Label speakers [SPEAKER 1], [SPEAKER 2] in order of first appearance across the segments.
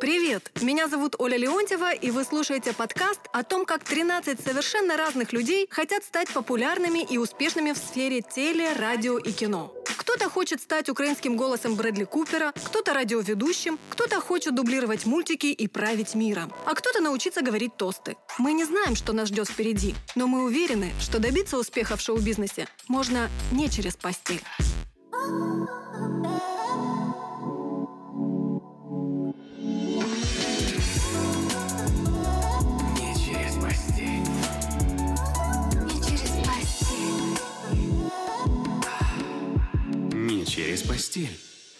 [SPEAKER 1] Привет! Меня зовут Оля Леонтьева, и вы слушаете подкаст о том, как 13 совершенно разных людей хотят стать популярными и успешными в сфере теле, радио и кино. Кто-то хочет стать украинским голосом Брэдли Купера, кто-то радиоведущим, кто-то хочет дублировать мультики и править миром, а кто-то научиться говорить тосты. Мы не знаем, что нас ждет впереди, но мы уверены, что добиться успеха в шоу-бизнесе можно не через постель.
[SPEAKER 2] Не через постель. Не через постель.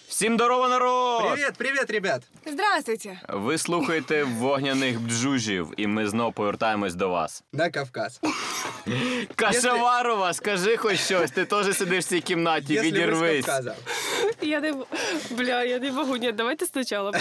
[SPEAKER 3] Всім здорово, народ!
[SPEAKER 4] Привіт, привіт, ребят!
[SPEAKER 5] Здравствуйте.
[SPEAKER 3] Ви слухаєте вогняних бджужів, і ми знов повертаємось до вас.
[SPEAKER 4] На Кавказ.
[SPEAKER 3] Кашеварова, скажи хоч щось, ти теж сидиш в цій кімнаті,
[SPEAKER 4] Если вы с
[SPEAKER 3] відірвись.
[SPEAKER 4] Кавказа.
[SPEAKER 6] Я не м- бля, я не могу. Нет, давайте сначала.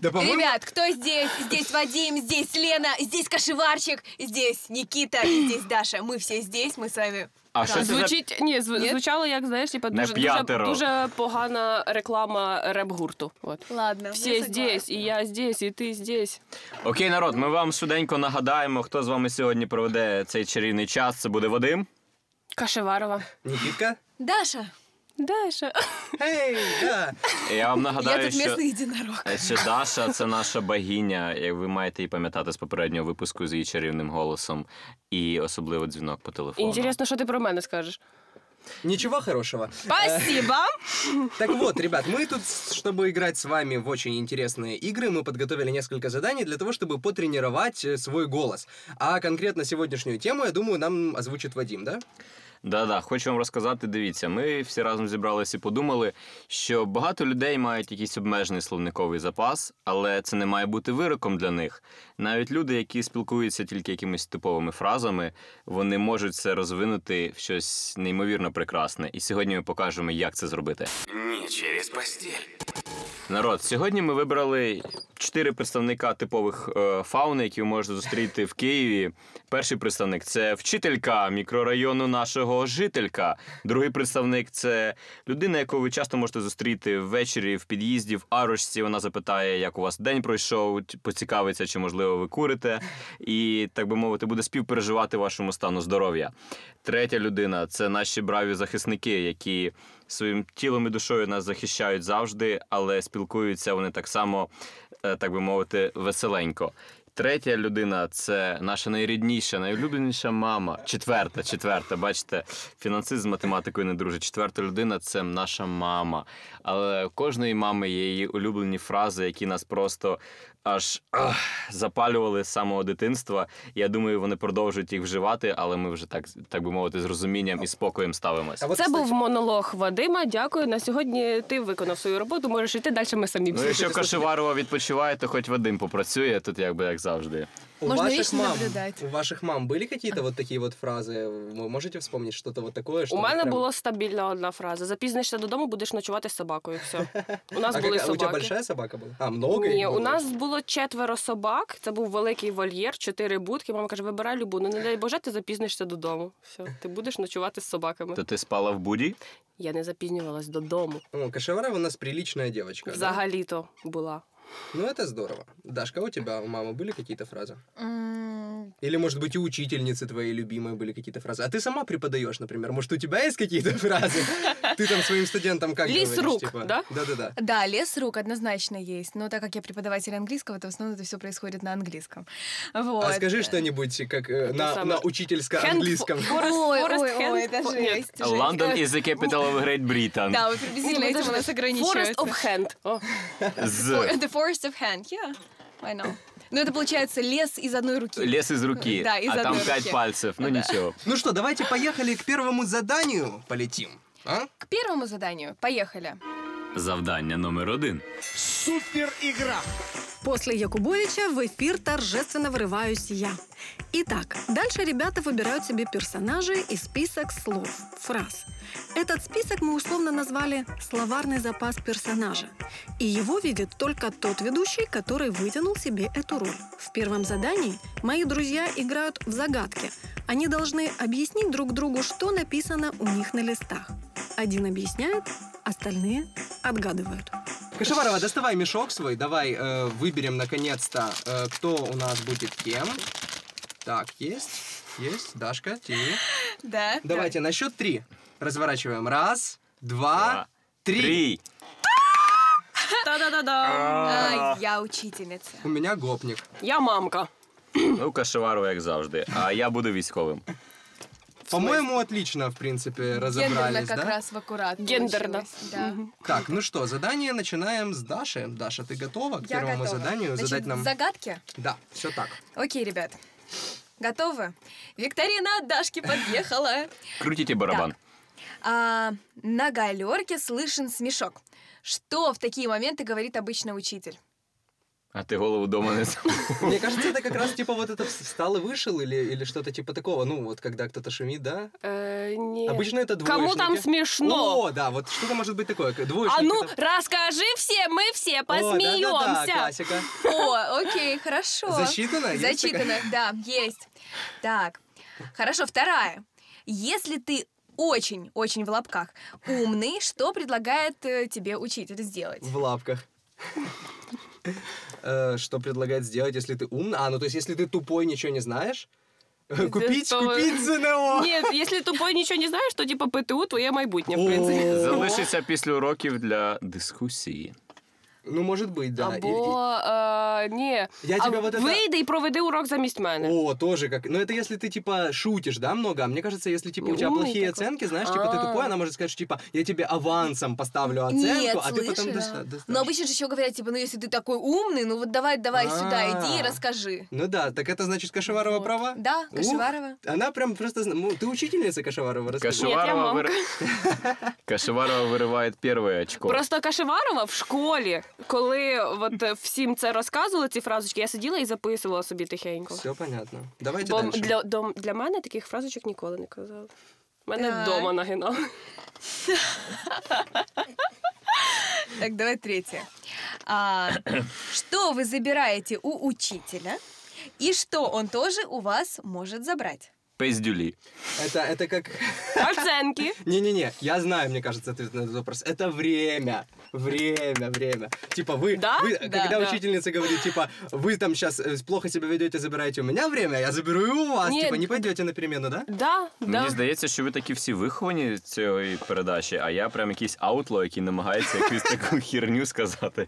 [SPEAKER 4] Да, по-моему,
[SPEAKER 5] Ребят, кто здесь? Здесь Вадим, здесь Лена, здесь Кашеварчик, здесь Никита, и здесь Даша. Мы все здесь, мы с вами.
[SPEAKER 3] А що це за
[SPEAKER 6] Звучить ні, зв-
[SPEAKER 5] Ні?
[SPEAKER 6] звучало як знаєш, типа
[SPEAKER 3] Не
[SPEAKER 6] дуже, дуже,
[SPEAKER 3] п'ятеро.
[SPEAKER 6] дуже погана реклама реп-гурту. От.
[SPEAKER 5] Ладно.
[SPEAKER 6] Всі здесь, і я здесь, і ти здесь.
[SPEAKER 3] окей, народ? Ми вам швиденько нагадаємо, хто з вами сьогодні проведе цей чарівний час. Це буде Вадим.
[SPEAKER 6] Кашеварова.
[SPEAKER 4] Никитка.
[SPEAKER 5] Даша,
[SPEAKER 6] Даша.
[SPEAKER 4] Эй, да.
[SPEAKER 3] І Я вам
[SPEAKER 5] я
[SPEAKER 3] нагадаю,
[SPEAKER 5] тут
[SPEAKER 3] що.
[SPEAKER 5] местный единорог.
[SPEAKER 3] Ще Даша це наша богиня, як ви маєте її пам'ятати з попереднього випуску з її чарівним голосом, і особливо дзвінок по телефону.
[SPEAKER 6] Інтересно, що ти про мене скажеш?
[SPEAKER 4] Ничего хорошего.
[SPEAKER 5] Спасибо.
[SPEAKER 4] Так вот, ребят, мы тут, чтобы играть с вами в очень интересные игры, мы подготовили несколько заданий для того, чтобы потренировать э, свой голос. А конкретно сегодняшнюю тему, я думаю, нам озвучит Вадим, да?
[SPEAKER 3] Да, да, хочу вам розказати. Дивіться, ми всі разом зібралися і подумали, що багато людей мають якийсь обмежений словниковий запас, але це не має бути вироком для них. Навіть люди, які спілкуються тільки якимись типовими фразами, вони можуть це розвинути в щось неймовірно прекрасне. І сьогодні ми покажемо, як це зробити.
[SPEAKER 2] Не через постель.
[SPEAKER 3] Народ, сьогодні ми вибрали чотири представника типових е, фауни, які ви можете зустріти в Києві. Перший представник це вчителька мікрорайону нашого жителька. Другий представник це людина, яку ви часто можете зустріти ввечері в під'їзді в Арочці. Вона запитає, як у вас день пройшов, т- поцікавиться, чи можливо ви курите, і так би мовити, буде співпереживати вашому стану здоров'я. Третя людина це наші браві захисники, які своїм тілом і душою нас захищають завжди, але спілкуються вони так само, е, так би мовити, веселенько. Третя людина це наша найрідніша, найулюбленіша мама. Четверта, четверта, бачите, фінансист з математикою не друже. Четверта людина це наша мама. Але у кожної мами є її улюблені фрази, які нас просто аж ах, запалювали з самого дитинства. Я думаю, вони продовжують їх вживати, але ми вже так, так би мовити, з розумінням і спокоєм ставимося.
[SPEAKER 4] А вот,
[SPEAKER 6] Це
[SPEAKER 4] кстати,
[SPEAKER 6] був монолог Вадима. Дякую. На сьогодні ти виконав свою роботу. Можеш йти далі. Ми самі
[SPEAKER 3] Ну,
[SPEAKER 6] всі
[SPEAKER 3] якщо
[SPEAKER 6] переслухаємо.
[SPEAKER 3] Кашеварова відпочиває, то хоч Вадим попрацює тут, якби як завжди.
[SPEAKER 4] у
[SPEAKER 5] Можно
[SPEAKER 4] ваших
[SPEAKER 5] вечно
[SPEAKER 4] мам,
[SPEAKER 5] наблюдать.
[SPEAKER 4] у ваших мам были какие-то вот такие вот фразы? Вы можете вспомнить что-то вот такое? Что
[SPEAKER 6] У
[SPEAKER 4] вот
[SPEAKER 6] мене
[SPEAKER 4] прям-
[SPEAKER 6] була стабільна одна фраза: запізнишся додому, будеш ночувати з собакою. Все. У нас
[SPEAKER 4] А
[SPEAKER 6] були
[SPEAKER 4] какая- у тебя
[SPEAKER 6] собаки.
[SPEAKER 4] большая собака была? А, много?
[SPEAKER 6] Ні,
[SPEAKER 4] их
[SPEAKER 6] у
[SPEAKER 4] было?
[SPEAKER 6] нас було четверо собак. Це був великий вольєр, чотири будки. Мама каже: вибирай любу. Ну не дай Боже, ти запізнишся додому. Все, ти будеш ночувати з собаками.
[SPEAKER 3] То ти спала в буді?
[SPEAKER 6] Я не запізнювалась додому.
[SPEAKER 4] О, Кашеварова у нас приличная девочка. да?
[SPEAKER 6] Взагалі-то була.
[SPEAKER 4] Ну, это здорово. Дашка, у тебя у мамы были какие-то фразы?
[SPEAKER 5] М,
[SPEAKER 4] Или, может быть, у учительницы твоей любимые были какие-то фразы. А ты сама преподаешь, например. Может, у тебя есть какие-то фразы? Ты там своим студентам как
[SPEAKER 6] Лис
[SPEAKER 4] говоришь?
[SPEAKER 6] рук,
[SPEAKER 4] типа?
[SPEAKER 6] да?
[SPEAKER 4] Да-да-да.
[SPEAKER 5] Да, лес рук однозначно есть, но так как я преподаватель английского, то в основном это все происходит на английском. Вот.
[SPEAKER 4] А скажи что-нибудь как э, на,
[SPEAKER 6] самое.
[SPEAKER 4] на учительско-английском.
[SPEAKER 6] Hand-
[SPEAKER 5] Ой,
[SPEAKER 6] Forest-
[SPEAKER 5] ой,
[SPEAKER 6] Forest hand-
[SPEAKER 5] ой, это
[SPEAKER 6] Fo-
[SPEAKER 5] жесть.
[SPEAKER 6] Нет.
[SPEAKER 5] жесть.
[SPEAKER 3] Лондон is the capital of Great Britain.
[SPEAKER 5] Да, вот приблизительно
[SPEAKER 6] Ні,
[SPEAKER 5] этим у нас
[SPEAKER 6] подожди.
[SPEAKER 5] ограничивается.
[SPEAKER 6] Forest of hand. О,
[SPEAKER 3] З
[SPEAKER 5] The forest of hand, yeah, I know. Ну, это получается лес из одной руки.
[SPEAKER 3] ліс із руки,
[SPEAKER 5] Да, із
[SPEAKER 3] а там
[SPEAKER 5] одної
[SPEAKER 3] п'ять
[SPEAKER 5] руки.
[SPEAKER 3] пальців. Ну нічого.
[SPEAKER 4] Ну что, давайте поехали к первому заданию. Полетим. А?
[SPEAKER 5] К первому заданию. Поехали.
[SPEAKER 3] Завдання номер один.
[SPEAKER 1] После Якубовича в эфир торжественно вырываюсь я. Итак, дальше ребята выбирают себе персонажи и список слов, фраз. Этот список мы условно назвали «словарный запас персонажа». И его видит только тот ведущий, который вытянул себе эту роль. В первом задании мои друзья играют в загадки. Они должны объяснить друг другу, что написано у них на листах. Один объясняет, остальные отгадывают.
[SPEAKER 4] Кашеварова, доставай мешок свой, давай э, выберем наконец-то, э, кто у нас будет кем. Так, есть, есть, Дашка, тяни.
[SPEAKER 5] Да.
[SPEAKER 4] Давайте на счет три разворачиваем. Раз, два,
[SPEAKER 3] Два,
[SPEAKER 4] три.
[SPEAKER 3] Три.
[SPEAKER 6] Та-да-да-да.
[SPEAKER 5] А, я учительница.
[SPEAKER 4] У меня гопник.
[SPEAKER 6] Я мамка.
[SPEAKER 3] Ну, Кашеварова, як завжди. А я буду військовим.
[SPEAKER 4] По-моему, отлично, в принципе,
[SPEAKER 5] Гендерно
[SPEAKER 4] разобрались,
[SPEAKER 5] как
[SPEAKER 4] да?
[SPEAKER 5] раз в аккурат.
[SPEAKER 6] Гендерно.
[SPEAKER 5] получилось, Да.
[SPEAKER 4] Так, ну что, задание начинаем с Даши. Даша, ты готова к
[SPEAKER 5] Я
[SPEAKER 4] первому
[SPEAKER 5] готова.
[SPEAKER 4] заданию?
[SPEAKER 5] Значит,
[SPEAKER 4] Задать нам...
[SPEAKER 5] Загадки?
[SPEAKER 4] Да, все так.
[SPEAKER 5] Окей, ребят. Готовы? Викторина от Дашки подъехала.
[SPEAKER 3] Крутите барабан.
[SPEAKER 5] А, на галерке слышен смешок. Что в такие моменты говорит обычно учитель?
[SPEAKER 3] А ти голову дома не сам.
[SPEAKER 4] Мне кажется, это как раз типа вот это встал и вышел или, или что-то типа такого. Ну вот, когда кто-то шумит, да?
[SPEAKER 6] Е, ні.
[SPEAKER 4] Обычно это двоечники.
[SPEAKER 6] Э, Кому там смешно?
[SPEAKER 4] О, да, вот что-то может быть такое. как Двоечники.
[SPEAKER 6] А ну,
[SPEAKER 4] там-
[SPEAKER 6] расскажи все, мы все
[SPEAKER 4] О, да-да-да,
[SPEAKER 6] посмеемся.
[SPEAKER 4] классика.
[SPEAKER 5] О, окей, хорошо.
[SPEAKER 4] Засчитано? Есть
[SPEAKER 5] Зачитано, да, есть. Так, хорошо, вторая. Если ты очень, очень в лапках умный, что предлагает э, тебе учитель сделать?
[SPEAKER 4] В лапках. Э, Что предлагает сделать, если ты умный? А, ну то есть, если ты тупой, ничего не знаешь? Э, Купить,
[SPEAKER 6] то-
[SPEAKER 4] купить ЗНО!
[SPEAKER 6] Ні, якщо тупой нічого не знаєш, то типа ПТУ твоє майбутнє, в
[SPEAKER 4] О.
[SPEAKER 6] принципі.
[SPEAKER 3] Залишиться після уроків для дискусії.
[SPEAKER 4] Ну, может быть, да. И-
[SPEAKER 6] Або е, ні.
[SPEAKER 4] Я
[SPEAKER 6] а
[SPEAKER 4] тебе вот это-
[SPEAKER 6] вийди і проведи урок замість
[SPEAKER 4] и-
[SPEAKER 6] мене.
[SPEAKER 4] О, тоже как. Но это если ты типа шутишь, да, много. А мне кажется, если типа у тебя
[SPEAKER 6] Умный
[SPEAKER 4] плохие
[SPEAKER 6] такой.
[SPEAKER 4] оценки, знаешь, типа ты
[SPEAKER 6] Ну, А.
[SPEAKER 4] тупой, она может сказать, что типа я тебе авансом поставлю оценку,
[SPEAKER 5] Нет,
[SPEAKER 4] а ты потом
[SPEAKER 5] слышишь?
[SPEAKER 4] доста- достанешь.
[SPEAKER 5] Но обычно же еще говорят, типа, ну если ты такой умный, ну вот давай, давай сюда иди и
[SPEAKER 4] А.
[SPEAKER 5] расскажи.
[SPEAKER 4] Ну да, так это значит Кашеварова
[SPEAKER 5] Вот.
[SPEAKER 4] права?
[SPEAKER 5] Да,
[SPEAKER 4] Ух.
[SPEAKER 5] Кашеварова.
[SPEAKER 4] Она прям просто... зна- Ну, Ты учительница Кашеварова, расскажи.
[SPEAKER 6] Кашу-
[SPEAKER 3] Кашеварова,
[SPEAKER 6] мамка.
[SPEAKER 3] Кашеварова вириває перше очко.
[SPEAKER 6] Просто Кашеварова в школі, коли от е, всім це розказували, ці фразочки, я сиділа і записувала собі тихенько.
[SPEAKER 4] Все понятно. Давайте
[SPEAKER 6] Бо
[SPEAKER 4] дальше.
[SPEAKER 6] для, дом- для мене таких фразочок ніколи не казали. Мене
[SPEAKER 5] Так.
[SPEAKER 6] вдома нагинали.
[SPEAKER 5] Так, давай третье. А, что вы забираете у учителя и что он тоже у вас может забрать?
[SPEAKER 3] Пиздюлі.
[SPEAKER 4] Это, это как...
[SPEAKER 6] Оценки.
[SPEAKER 4] Не-не-не, я знаю, мне кажется, ответ на этот вопрос. Это время. Время, время. Типа вы,
[SPEAKER 6] Да?
[SPEAKER 4] вы
[SPEAKER 6] Да,
[SPEAKER 4] когда
[SPEAKER 6] да.
[SPEAKER 4] учительница говорит, типа, вы там сейчас плохо себя ведете, забираете у меня время, я заберу и у вас.
[SPEAKER 6] Нет.
[SPEAKER 4] Типа, не пойдете на перемену, да?
[SPEAKER 6] Да, да.
[SPEAKER 3] Мені здається, що ви такі всі виховані цієї передачі, а я прям якийсь аутло, який намагається якусь таку херню сказати.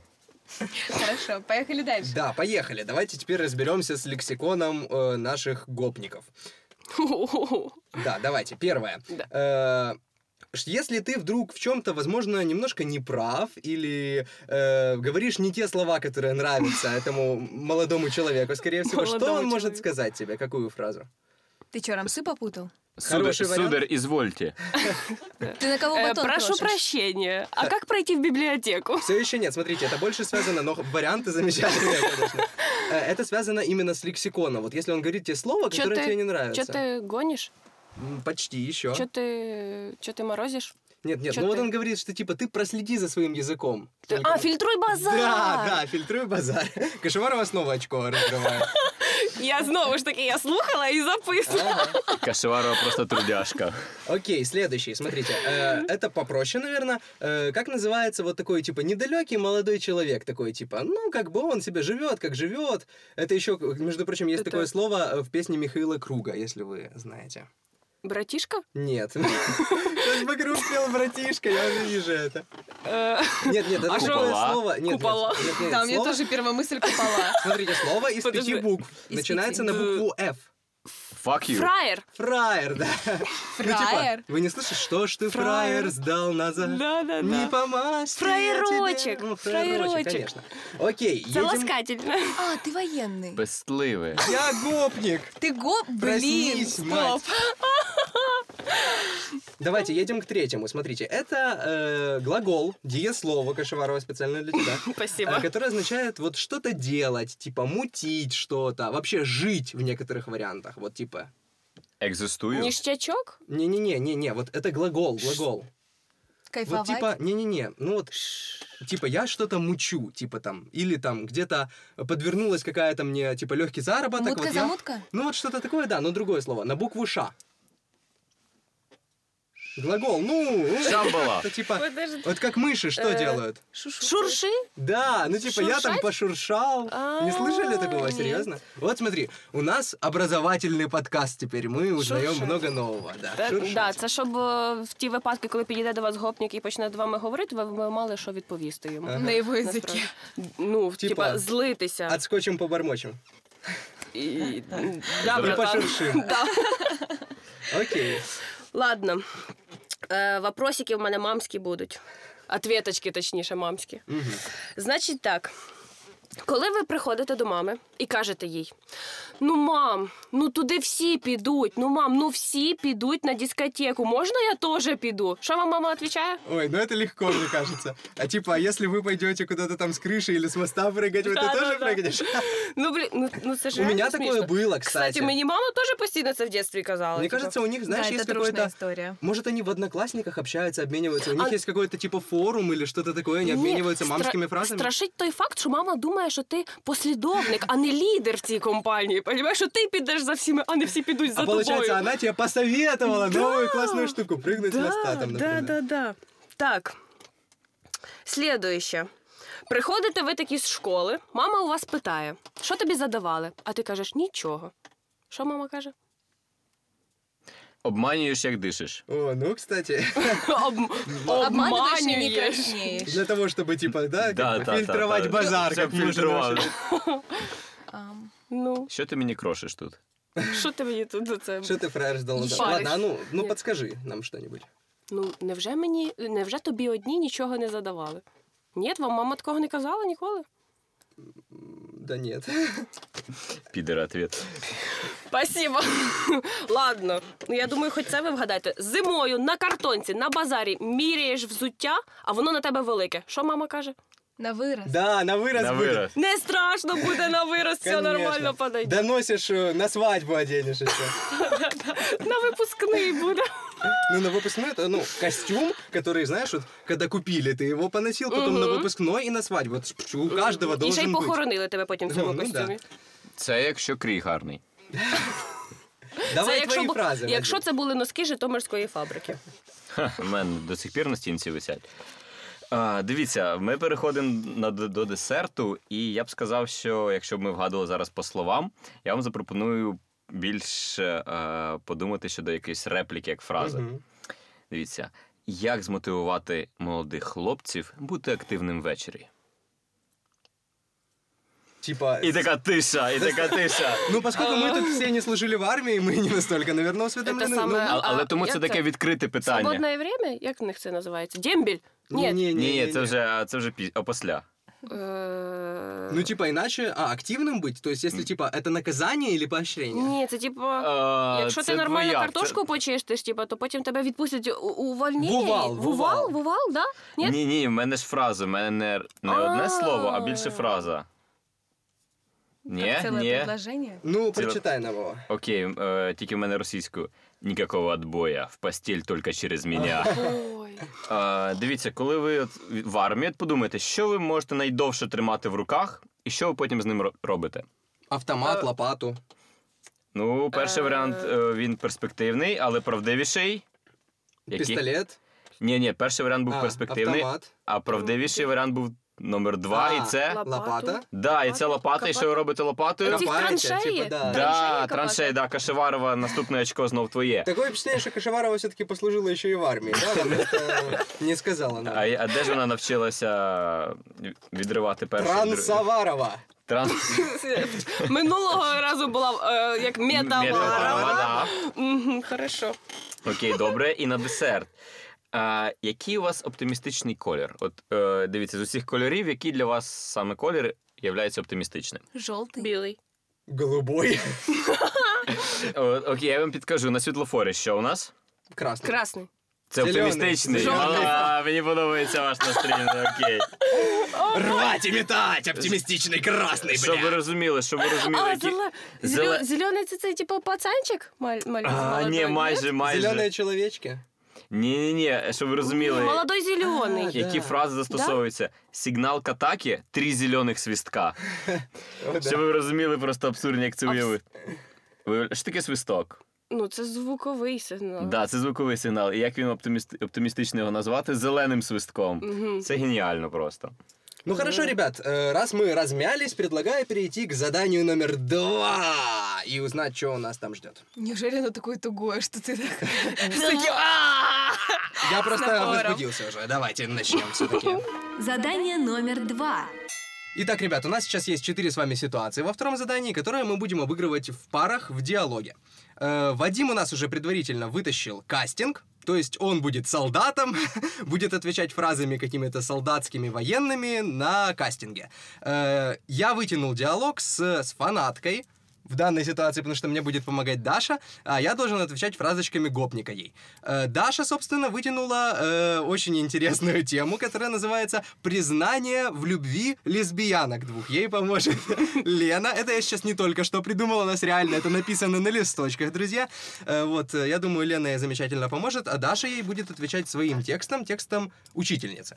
[SPEAKER 5] Хорошо, поехали дальше.
[SPEAKER 4] Да, поехали. Давайте теперь разберемся с лексиконом э, наших гопников.
[SPEAKER 6] Ху-ху-ху.
[SPEAKER 4] Да, давайте. Первое. Э, ш- Если ты вдруг в чем-то, возможно, немножко не прав или э, говоришь не те слова, которые нравятся этому молодому человеку, скорее всего, что он
[SPEAKER 6] Молодому
[SPEAKER 4] может
[SPEAKER 6] человеку.
[SPEAKER 4] сказать тебе? Какую фразу?
[SPEAKER 5] Ты что, рамсы попутал?
[SPEAKER 3] Судар,
[SPEAKER 4] Хороший варіант.
[SPEAKER 3] судар, ізвольте.
[SPEAKER 5] Ты на кого
[SPEAKER 6] Е,
[SPEAKER 5] батон
[SPEAKER 6] прошу
[SPEAKER 5] крошишь?
[SPEAKER 6] прощення. А як пройти в бібліотеку?
[SPEAKER 4] Все еще нет, смотрите, это больше связано, но варианты замечательные, конечно. Э, Это связано именно с лексиконом. Вот если он говорит те слова,
[SPEAKER 6] Чё
[SPEAKER 4] которые
[SPEAKER 6] ты-
[SPEAKER 4] тебе не
[SPEAKER 6] Чо
[SPEAKER 4] нравятся.
[SPEAKER 6] ти гониш?
[SPEAKER 4] М, Почти еще.
[SPEAKER 6] Чо ти, чо ти морозиш?
[SPEAKER 4] Нет, нет,
[SPEAKER 6] чё
[SPEAKER 4] ну вот
[SPEAKER 6] ты?
[SPEAKER 4] он говорит, что типа ты проследи за своим языком.
[SPEAKER 6] Ти-
[SPEAKER 4] Только-
[SPEAKER 6] А, фільтруй базар!
[SPEAKER 4] Да, да, фильтруй базар. Кашеварова снова очко раздавая.
[SPEAKER 6] Я знову ж таки я слухала і записувала.
[SPEAKER 3] Кашеварова просто трудяшка.
[SPEAKER 4] Окей, следующий, смотрите. э, Это попроще, наверное. Э, Как называется вот такой, типа, недалекий молодой человек? Такой, типа, ну, как бы он себе живет, как живет. Это еще, между прочим, есть
[SPEAKER 6] Это-
[SPEAKER 4] такое слово э, в песне Михаила Круга, если вы знаете.
[SPEAKER 6] Братішка?
[SPEAKER 4] Нет. Сейчас бы Круг пел, братишка, я уже вижу это.
[SPEAKER 6] Е,
[SPEAKER 4] Нет, нет, это
[SPEAKER 6] А шо?
[SPEAKER 4] такое
[SPEAKER 3] Купола.
[SPEAKER 4] слово. Нет, нет,
[SPEAKER 6] Купола.
[SPEAKER 4] нет, нет,
[SPEAKER 5] Да, у меня
[SPEAKER 4] слово-
[SPEAKER 5] тоже первая мысль купола.
[SPEAKER 4] Смотрите, слово из пяти
[SPEAKER 6] Подожди.
[SPEAKER 4] букв.
[SPEAKER 5] Из
[SPEAKER 4] Начинается на
[SPEAKER 6] пяти. Э,
[SPEAKER 4] букву F.
[SPEAKER 3] Fuck you.
[SPEAKER 6] Фраєр.
[SPEAKER 4] Фраер, да. Ну, типа,
[SPEAKER 5] Фраер.
[SPEAKER 4] Вы не слышите, что ж ты
[SPEAKER 6] Фраер.
[SPEAKER 4] фраер сдал назад?
[SPEAKER 6] Да, да, да.
[SPEAKER 4] Не помашь.
[SPEAKER 6] Фраерочек, фраерочек.
[SPEAKER 4] Ну, конечно. Окей,
[SPEAKER 6] Це
[SPEAKER 4] едем.
[SPEAKER 6] ласкательно.
[SPEAKER 5] А, ты военный.
[SPEAKER 3] Безсливе.
[SPEAKER 4] Я гопник.
[SPEAKER 5] Ты гоп, блин,
[SPEAKER 4] Проснись,
[SPEAKER 5] стоп.
[SPEAKER 4] мать. Давайте едем к третьему. Смотрите, это э, глагол, диеслово, Кашеварова, специально для тебя,
[SPEAKER 6] Спасибо.
[SPEAKER 4] э, которое означает вот что-то делать, типа мутить что-то, вообще жить в некоторых вариантах, вот типа.
[SPEAKER 3] Екзистую.
[SPEAKER 6] Ніщачок?
[SPEAKER 4] Не-не-не-не-не, вот это глагол, глагол. Вот
[SPEAKER 5] Кайфовать.
[SPEAKER 4] типа, не-не-не, ну вот, типа, я что-то мучу, типа там, или там где-то подвернулась какая-то мне, типа, легкий заработок. вот я-
[SPEAKER 5] Мутка-замутка?
[SPEAKER 4] Ну вот что-то такое, да, но другое слово, на букву Ш. Глагол, ну, ну,
[SPEAKER 3] Шамбала.
[SPEAKER 4] это типа,
[SPEAKER 6] Подожди.
[SPEAKER 4] вот как мыши что
[SPEAKER 6] Э,
[SPEAKER 4] делают?
[SPEAKER 6] Шурши?
[SPEAKER 4] Да, ну типа я там
[SPEAKER 6] Шуршать?
[SPEAKER 4] пошуршал. Не слышали
[SPEAKER 6] А,
[SPEAKER 4] такого,
[SPEAKER 6] нет.
[SPEAKER 4] серьезно? Вот смотри, у нас образовательный подкаст теперь, мы узнаем
[SPEAKER 6] Шуршать.
[SPEAKER 4] много нового. Да,
[SPEAKER 6] Е,
[SPEAKER 4] шуршать.
[SPEAKER 6] Да, це щоб е, в ті випадки, коли підійде до вас гопник і почне з вами говорити, ви, ви мали що відповісти йому.
[SPEAKER 4] Ага.
[SPEAKER 5] На его языке.
[SPEAKER 6] Насправді. Ну, типа,
[SPEAKER 4] Типа,
[SPEAKER 6] злитися.
[SPEAKER 4] Отскочим побормочем.
[SPEAKER 6] І- Да,
[SPEAKER 4] Ми
[SPEAKER 6] братан.
[SPEAKER 4] пошуршим.
[SPEAKER 6] Да.
[SPEAKER 4] Окей.
[SPEAKER 6] Ладно. Е, вопросики в мене мамські будуть. Ответочки, точніше, мамські.
[SPEAKER 4] Мгм.
[SPEAKER 6] Значить так. Коли ви приходите до мами і кажете їй: Ну, мам, ну туди всі підуть, ну мам, ну всі підуть на дискотеку. Можна я теж піду? Що вам мама відповідає?
[SPEAKER 4] Ой, ну это легко, мне кажется. А типа, а если вы пойдете куда-то там с крыши или с моста прыгать, вы это тоже
[SPEAKER 6] Да-да-да.
[SPEAKER 4] прыгнешь?
[SPEAKER 6] Ну блін, ну, ну це ж
[SPEAKER 4] У меня
[SPEAKER 6] реально
[SPEAKER 4] такое
[SPEAKER 6] смішно.
[SPEAKER 4] было,
[SPEAKER 6] Кстати,
[SPEAKER 4] кстати.
[SPEAKER 6] мені мама теж постійно це в дитинстві казала.
[SPEAKER 4] Мне
[SPEAKER 6] типа,
[SPEAKER 4] кажется, у них, знаешь,
[SPEAKER 5] да,
[SPEAKER 4] есть
[SPEAKER 5] это трушная
[SPEAKER 4] какой-то...
[SPEAKER 5] история.
[SPEAKER 4] Может, они в одноклассниках общаются, обмениваются. У них
[SPEAKER 6] А-
[SPEAKER 4] есть какой-то типа форум или что-то такое, они
[SPEAKER 6] «Ні,
[SPEAKER 4] обмениваются
[SPEAKER 6] стра-
[SPEAKER 4] мамскими фразами.
[SPEAKER 6] Страшить той факт, що мама думає, що ти послідовник, а не лідер в цій компанії. Понімаєш, що ти підеш за всіми, а не всі підуть за
[SPEAKER 4] А получается,
[SPEAKER 6] тобою.
[SPEAKER 4] она тебе посоветовала новую классную штуку прыгнуть с моста там,
[SPEAKER 6] да,
[SPEAKER 4] например.
[SPEAKER 6] да, да. Так. Слідующе. Приходите ви такі з школи, мама у вас питає, що тобі задавали? А ти кажеш нічого. Що мама каже?
[SPEAKER 3] Обманюєш, як дишиш.
[SPEAKER 4] О, ну, кстати,
[SPEAKER 6] Об...
[SPEAKER 5] Обманываешь и не
[SPEAKER 6] обманюєш.
[SPEAKER 5] краснеешь.
[SPEAKER 4] для того, чтобы, типа, да, как бы фильтровать
[SPEAKER 3] да, да.
[SPEAKER 4] базар,
[SPEAKER 3] Це
[SPEAKER 4] как мы
[SPEAKER 3] фільтрували.
[SPEAKER 4] же
[SPEAKER 5] Ам.
[SPEAKER 6] Ну,
[SPEAKER 3] Що ти мені крошиш тут?
[SPEAKER 6] що ти мені тут за це?
[SPEAKER 4] Что ты фраер ждал?
[SPEAKER 6] Не
[SPEAKER 4] Ладно, а ну, ну
[SPEAKER 6] Нет.
[SPEAKER 4] подскажи нам что-нибудь.
[SPEAKER 6] Ну, невже мені, невже тобі одні нічого не задавали? Ні, вам мама такого не казала ніколи.
[SPEAKER 4] Да нет.
[SPEAKER 3] Підер ответ.
[SPEAKER 6] Спасибо. Ладно. Ну я думаю, хоч це ви вгадаєте. Зимою на картонці, на базарі міряєш взуття, а воно на тебе велике. Що мама каже?
[SPEAKER 5] На вырос.
[SPEAKER 4] Да, на вырос
[SPEAKER 3] На
[SPEAKER 4] будет.
[SPEAKER 3] вираз.
[SPEAKER 6] Не страшно буде на вирос, все
[SPEAKER 4] Конечно.
[SPEAKER 6] нормально подойде.
[SPEAKER 4] Доносишь, э, на свадьбу оденешь еще.
[SPEAKER 6] На випускний буде.
[SPEAKER 4] Ну, на выпускной это, ну, костюм, который, знаешь, вот, когда купили, ты его поносил, потом на
[SPEAKER 6] Мгм.
[SPEAKER 4] выпускной и на свадьбу. Это ж у каждого
[SPEAKER 6] І ще й
[SPEAKER 4] должен быть.
[SPEAKER 6] похоронили тебе потім в
[SPEAKER 4] Ну,
[SPEAKER 6] цьому
[SPEAKER 4] ну, да.
[SPEAKER 6] костюмі.
[SPEAKER 3] Це якщо крій гарний.
[SPEAKER 4] Давай
[SPEAKER 6] якщо,
[SPEAKER 4] твои
[SPEAKER 6] бу-
[SPEAKER 4] фразы.
[SPEAKER 6] якщо
[SPEAKER 4] Вадим.
[SPEAKER 6] це були носки Житомирської фабрики.
[SPEAKER 3] Ха, У мене до сих пір на стінці висять. А, дивіться, ми переходимо на, до, до десерту, і я б сказав, що якщо б ми вгадували зараз по словам, я вам запропоную більш е, подумати щодо якоїсь репліки, як фрази.
[SPEAKER 4] Мгм.
[SPEAKER 3] Дивіться, як змотивувати молодих хлопців бути активним ввечері.
[SPEAKER 4] Типа,
[SPEAKER 3] І така тиша, і така тиша.
[SPEAKER 4] ну, поскольку мы
[SPEAKER 6] А.
[SPEAKER 4] тут все не служили в армии, мы не настолько, наверное,
[SPEAKER 6] Це
[SPEAKER 4] осведомлены.
[SPEAKER 6] саме.
[SPEAKER 3] А- але
[SPEAKER 6] а,
[SPEAKER 3] тому це
[SPEAKER 6] як
[SPEAKER 3] таке відкрите питання.
[SPEAKER 6] Свободне время? Як в них це називається? Дембіль?
[SPEAKER 4] ну,
[SPEAKER 6] Ні.
[SPEAKER 3] Ні, це вже це вже пі... опосля.
[SPEAKER 6] Е,
[SPEAKER 4] Ну, типа, иначе, а, активным быть? То есть, если, типа, это наказание или поощрение?
[SPEAKER 6] Ні, це типу.
[SPEAKER 3] А,
[SPEAKER 6] Якщо
[SPEAKER 3] це
[SPEAKER 6] ти нормально
[SPEAKER 3] двояк,
[SPEAKER 6] картошку почистиш, типу, то потім тебе відпустять у, у вольні.
[SPEAKER 4] Вувал,
[SPEAKER 6] Вувал,
[SPEAKER 4] вувал.
[SPEAKER 6] вувал, да?
[SPEAKER 3] Це...
[SPEAKER 6] Ні?
[SPEAKER 3] Ні, ні, в мене ж фраза, в мене не, не одне
[SPEAKER 6] А.
[SPEAKER 3] слово, а більше фраза. Ні,
[SPEAKER 5] Как целое
[SPEAKER 3] ні.
[SPEAKER 5] предложение.
[SPEAKER 4] Ну,
[SPEAKER 3] Типа-
[SPEAKER 4] прочитай нам его.
[SPEAKER 3] Окей, е, тільки в мене російською. Нікакого отбоя, в постіль тільки через мене.
[SPEAKER 6] Ой.
[SPEAKER 3] Е, дивіться, коли ви от в армії, от подумайте, що ви можете найдовше тримати в руках, і що ви потім з ним ро- робите.
[SPEAKER 4] Автомат,
[SPEAKER 3] А,
[SPEAKER 4] лопату.
[SPEAKER 3] Ну, перший
[SPEAKER 6] Е.
[SPEAKER 3] варіант е, він перспективний, але правдивіший. Який?
[SPEAKER 4] Пистолет.
[SPEAKER 3] Ні, ні, перший варіант був
[SPEAKER 4] а,
[SPEAKER 3] перспективний,
[SPEAKER 4] Автомат.
[SPEAKER 3] а правдивіший варіант був номер два,
[SPEAKER 4] А,
[SPEAKER 3] і це.
[SPEAKER 6] лап-
[SPEAKER 4] Лопата.
[SPEAKER 3] Да, і це лопата, і що ви робите лопатою?
[SPEAKER 6] Оці
[SPEAKER 4] Копаете,
[SPEAKER 6] траншеї?
[SPEAKER 4] типа, да.
[SPEAKER 3] Да,
[SPEAKER 6] Траншеї
[SPEAKER 3] траншея,
[SPEAKER 6] копати?
[SPEAKER 3] да, Кашеварова, наступне очко знов твоє.
[SPEAKER 4] Такое впечатление, что Кашеварова все-таки послужила еще і в армії, да? Нам это не сказала
[SPEAKER 3] А,
[SPEAKER 4] нам.
[SPEAKER 3] а де ж вона навчилася відривати перший? дру-
[SPEAKER 4] Трансаварова.
[SPEAKER 3] Транс...
[SPEAKER 6] Минулого разу була е, як метавара.
[SPEAKER 3] Метавара.
[SPEAKER 6] Мгм, Хорошо.
[SPEAKER 3] Окей, добре. І на десерт. А, який у вас оптимістичний колір? От е, дивіться, з усіх кольорів, який для вас саме колір є оптимістичним?
[SPEAKER 5] Желтый.
[SPEAKER 6] Білий.
[SPEAKER 4] Голубой.
[SPEAKER 3] О, окей, я вам підкажу на світлофорі, що у нас?
[SPEAKER 4] Красный.
[SPEAKER 6] Красний.
[SPEAKER 3] Це
[SPEAKER 4] Зелений.
[SPEAKER 3] оптимістичний.
[SPEAKER 4] Зелений.
[SPEAKER 3] А, мені подобається ваш настрій. ну, Окей.
[SPEAKER 4] Рвать и метать, оптимистичный красный,
[SPEAKER 3] Щоб ви розуміли, щоб ви розуміли,
[SPEAKER 6] А,
[SPEAKER 3] які.
[SPEAKER 6] зеле...
[SPEAKER 3] Зеле-
[SPEAKER 6] зеле- зелений це, це типу пацанчик? Маль... Маль...
[SPEAKER 3] А,
[SPEAKER 6] молодой,
[SPEAKER 3] ні, майже, майже.
[SPEAKER 4] Зеленые человечки.
[SPEAKER 3] Ні, ні, ні, щоб ви розуміли,
[SPEAKER 6] Молодой зелений.
[SPEAKER 4] А,
[SPEAKER 3] які
[SPEAKER 4] да.
[SPEAKER 3] фрази застосовуються. Сигнал к атаки три зелених свистка.
[SPEAKER 4] О, да.
[SPEAKER 3] Щоб ви розуміли просто абсурдні, як це уявити. Ви- Що таке свисток?
[SPEAKER 6] Ну, це звуковий сигнал.
[SPEAKER 3] Да, це звуковий сигнал. І як він оптиміст... оптимістично його назвати? Зеленим свистком.
[SPEAKER 6] Мгм.
[SPEAKER 3] Це геніально просто.
[SPEAKER 4] Ну хорошо, ребят, э, раз мы размялись, предлагаю перейти к заданию номер два и узнать, что у нас там ждет.
[SPEAKER 5] Неужели оно такое тугое, что ты так...
[SPEAKER 4] Я просто
[SPEAKER 5] напором.
[SPEAKER 4] возбудился уже. Давайте начнем все-таки.
[SPEAKER 7] Задание номер два.
[SPEAKER 4] Итак, ребят, у нас сейчас есть четыре с вами ситуации во втором задании, которые мы будем обыгрывать в парах в диалоге. Э, Вадим у нас уже предварительно вытащил кастинг, то есть он будет солдатом, будет отвечать фразами какими-то солдатскими, военными на кастинге. Э, я вытянул диалог с, с фанаткой в данной ситуации, потому что мне будет помогать Даша, а я должен отвечать фразочками гопника ей. Э, Даша, собственно, вытянула э, очень интересную тему, которая называется «Признание в любви лесбиянок двух». Ей поможет Лена. Это я сейчас не только что придумала, у нас реально это написано на листочках, друзья. Э, вот, э, я думаю, Лена ей замечательно поможет, а Даша ей будет отвечать своим текстом, текстом учительницы.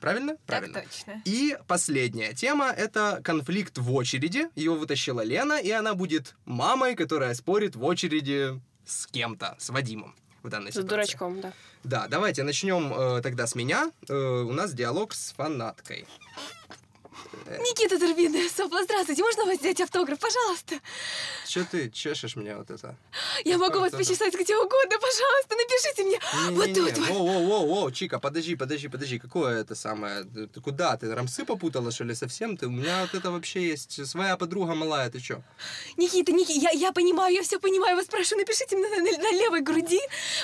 [SPEAKER 4] Правильно?
[SPEAKER 5] Так
[SPEAKER 4] Правильно.
[SPEAKER 5] точно.
[SPEAKER 4] И последняя тема — это конфликт в очереди. Его вытащила Лена, и она будет мамой, которая спорит в очереди с кем-то, с Вадимом в данной
[SPEAKER 6] З
[SPEAKER 4] ситуации.
[SPEAKER 6] дурачком, да.
[SPEAKER 4] Да, давайте начнем э, тогда с меня. Э, у нас диалог с фанаткой. Э.
[SPEAKER 5] Никита Дербин, Сопла, здравствуйте, можно у вас взять автограф, пожалуйста?
[SPEAKER 4] Че ты чешешь мне вот это?
[SPEAKER 5] Я могу вас
[SPEAKER 4] Да-да-да.
[SPEAKER 5] почесать где угодно, пожалуйста, напишите мне вот
[SPEAKER 4] Не-не-не,
[SPEAKER 5] тут вот.
[SPEAKER 4] Воу-воу-воу, Чика, подожди, подожди, подожди. Какое это самое? Ты ты куда? Ты рамсы попутала, что ли, совсем? Ты, у меня вот это вообще есть. Своя подруга малая, ты чё?
[SPEAKER 5] Никита, Никита, я, я понимаю, я все понимаю, вас прошу, напишите мне на, на- на левой груди.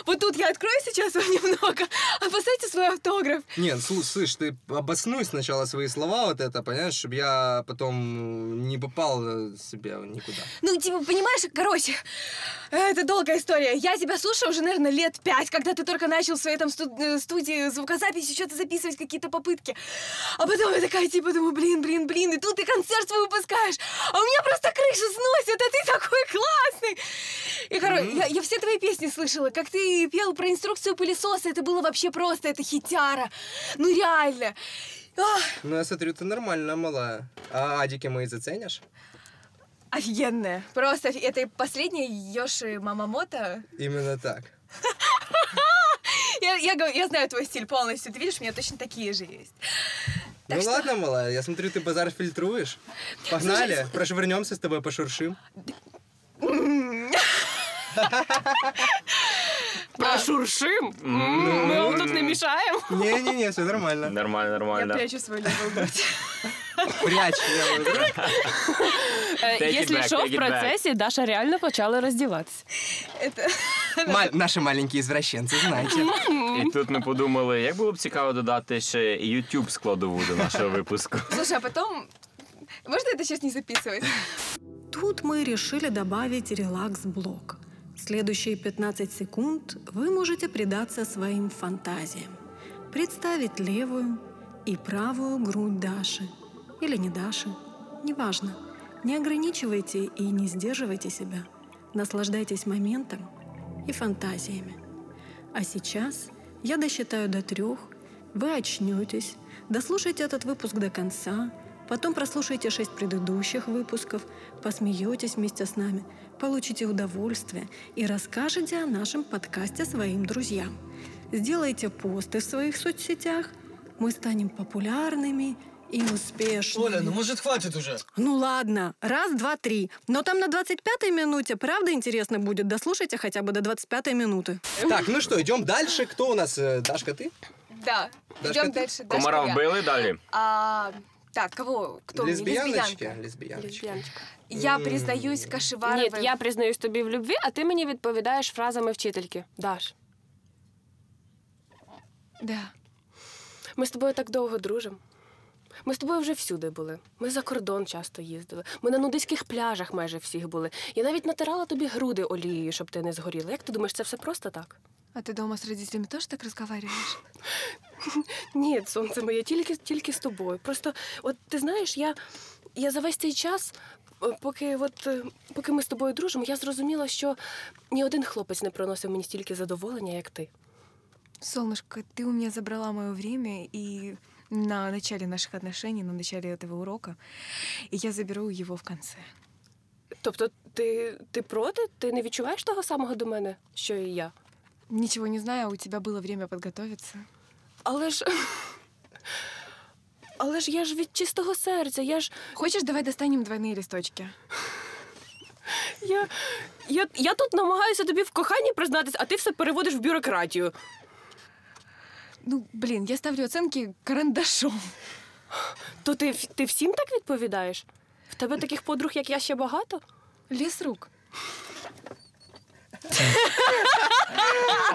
[SPEAKER 5] Вот тут я открою сейчас вам немного, а поставьте свой автограф.
[SPEAKER 4] Нет, слышь, ты обоснуй сначала свои слова вот это, понимаешь, чтобы я потом не попал э, себе никуда.
[SPEAKER 5] Ну, типа, понимаешь, короче, это долгая история. Я тебя слушаю уже, наверное, лет пять, когда ты только начал в своей там студ- э, студии звукозаписи что-то записывать, какие-то попытки. А потом я такая, типа, думаю, блин, блин, блин, и тут ты концерт свой выпускаешь, а у меня просто крыша сносит, а ты такой классный. И, короче, я, я все твои песни слышала, как ты пел про инструкцию пылесоса, это было вообще просто, это хитяра. Ну, реально. Ах,
[SPEAKER 4] Ну, я смотрю, ты нормально, малая. А адики мои заценишь?
[SPEAKER 5] офигенная. Просто офи- это последняя Йоши Мамамото.
[SPEAKER 4] Именно так.
[SPEAKER 5] Я, я, говорю- я знаю твой стиль полностью. Ты видишь, у меня точно такие же есть. Так
[SPEAKER 4] ну
[SPEAKER 5] что-
[SPEAKER 4] ладно, малая, я смотрю, ты базар фильтруешь. Погнали, прошвырнемся с тобой, пошуршим.
[SPEAKER 6] Прошуршим. М, Ми вам тут не мішаємо.
[SPEAKER 4] Не-не-не, все нормально.
[SPEAKER 3] Нормально, нормально.
[SPEAKER 5] свою левую грудь.
[SPEAKER 4] Прячь левую грудь.
[SPEAKER 6] Е,
[SPEAKER 3] Take it
[SPEAKER 6] Якщо
[SPEAKER 3] back,
[SPEAKER 6] що,
[SPEAKER 3] take
[SPEAKER 6] в
[SPEAKER 3] it back.
[SPEAKER 6] процесі Даша реально почала роздіватися.
[SPEAKER 5] Это...
[SPEAKER 4] Ма- Наши маленькие извращенцы, знаете.
[SPEAKER 3] І тут ми подумали, як було б цікаво додати ще YouTube складову до нашого випуску.
[SPEAKER 5] Слушай, а потом... Можно это сейчас не записывать?
[SPEAKER 1] Тут мы решили добавить релакс-блок. Следующие 15 секунд вы можете предаться своим фантазиям. Представить левую и правую грудь Даши. Или не Даши. Неважно. Не ограничивайте и не сдерживайте себя. Наслаждайтесь моментом и фантазиями. А сейчас я досчитаю до трех, вы очнетесь, дослушайте этот выпуск до конца, потом прослушайте шесть предыдущих выпусков, посмеетесь вместе с нами, получите удовольствие и расскажете о нашем подкасте своим друзьям. Сделайте посты в своих соцсетях, мы станем популярными и успешными.
[SPEAKER 8] Оля, ну может хватит уже?
[SPEAKER 1] Ну ладно, раз, два, три. Но там на 25-й минуте правда интересно будет. Дослушайте хотя бы до 25-й минуты.
[SPEAKER 4] Так, ну что, идем дальше. Кто у нас? э, Дашка, ты?
[SPEAKER 5] Да.
[SPEAKER 4] Дашка,
[SPEAKER 5] Идем
[SPEAKER 4] ты-
[SPEAKER 5] дальше. Дашка,
[SPEAKER 3] Комара
[SPEAKER 5] я.
[SPEAKER 3] вбили далі.
[SPEAKER 5] А, так, кого? Кто? мне?
[SPEAKER 4] Лесбияночки?
[SPEAKER 5] Лесбиянка.
[SPEAKER 4] Лесбияночки.
[SPEAKER 5] Я
[SPEAKER 4] М.
[SPEAKER 5] признаюсь Кашеваровой.
[SPEAKER 6] Ні, я признаюсь тобі в любві, а ти мені відповідаєш фразами вчительки. Даш,
[SPEAKER 5] Да.
[SPEAKER 6] ми з тобою так довго дружимо. Ми з тобою вже всюди були. Ми за кордон часто їздили. Ми на нудиських пляжах майже всіх були. Я навіть натирала тобі груди олією, щоб ти не згоріла. Як ти думаєш, це все просто так?
[SPEAKER 5] А ты дома с родителями тоже так разговариваешь?
[SPEAKER 6] Ні, сонце моє, тільки, тільки з тобою. Просто, от ти знаєш, я, я за весь цей час, е, поки, от, е, поки ми з тобою дружимо, я зрозуміла, що ні один хлопець не приносив мені стільки задоволення, як ти.
[SPEAKER 5] Солнышко, ты у меня забрала мое время и на начале наших отношений, на начале этого урока, и я заберу его в конце.
[SPEAKER 6] Тобто, ти, ти проти? Ти не відчуваєш того самого до мене, що і я?
[SPEAKER 8] Ничего не знаю, у тебя было время подготовиться.
[SPEAKER 6] Але ж. Але ж я ж від чистого серця, я ж.
[SPEAKER 8] Хочешь, давай достанем двойные листочки?
[SPEAKER 6] Я, я, я тут намагаюся тобі в коханні признатись, а ти все переводиш в бюрократію.
[SPEAKER 8] Ну, блин, я ставлю оценки карандашом.
[SPEAKER 6] То ти, в- ти всім так відповідаєш? В тебе таких подруг, як я, ще багато?
[SPEAKER 8] Лес рук.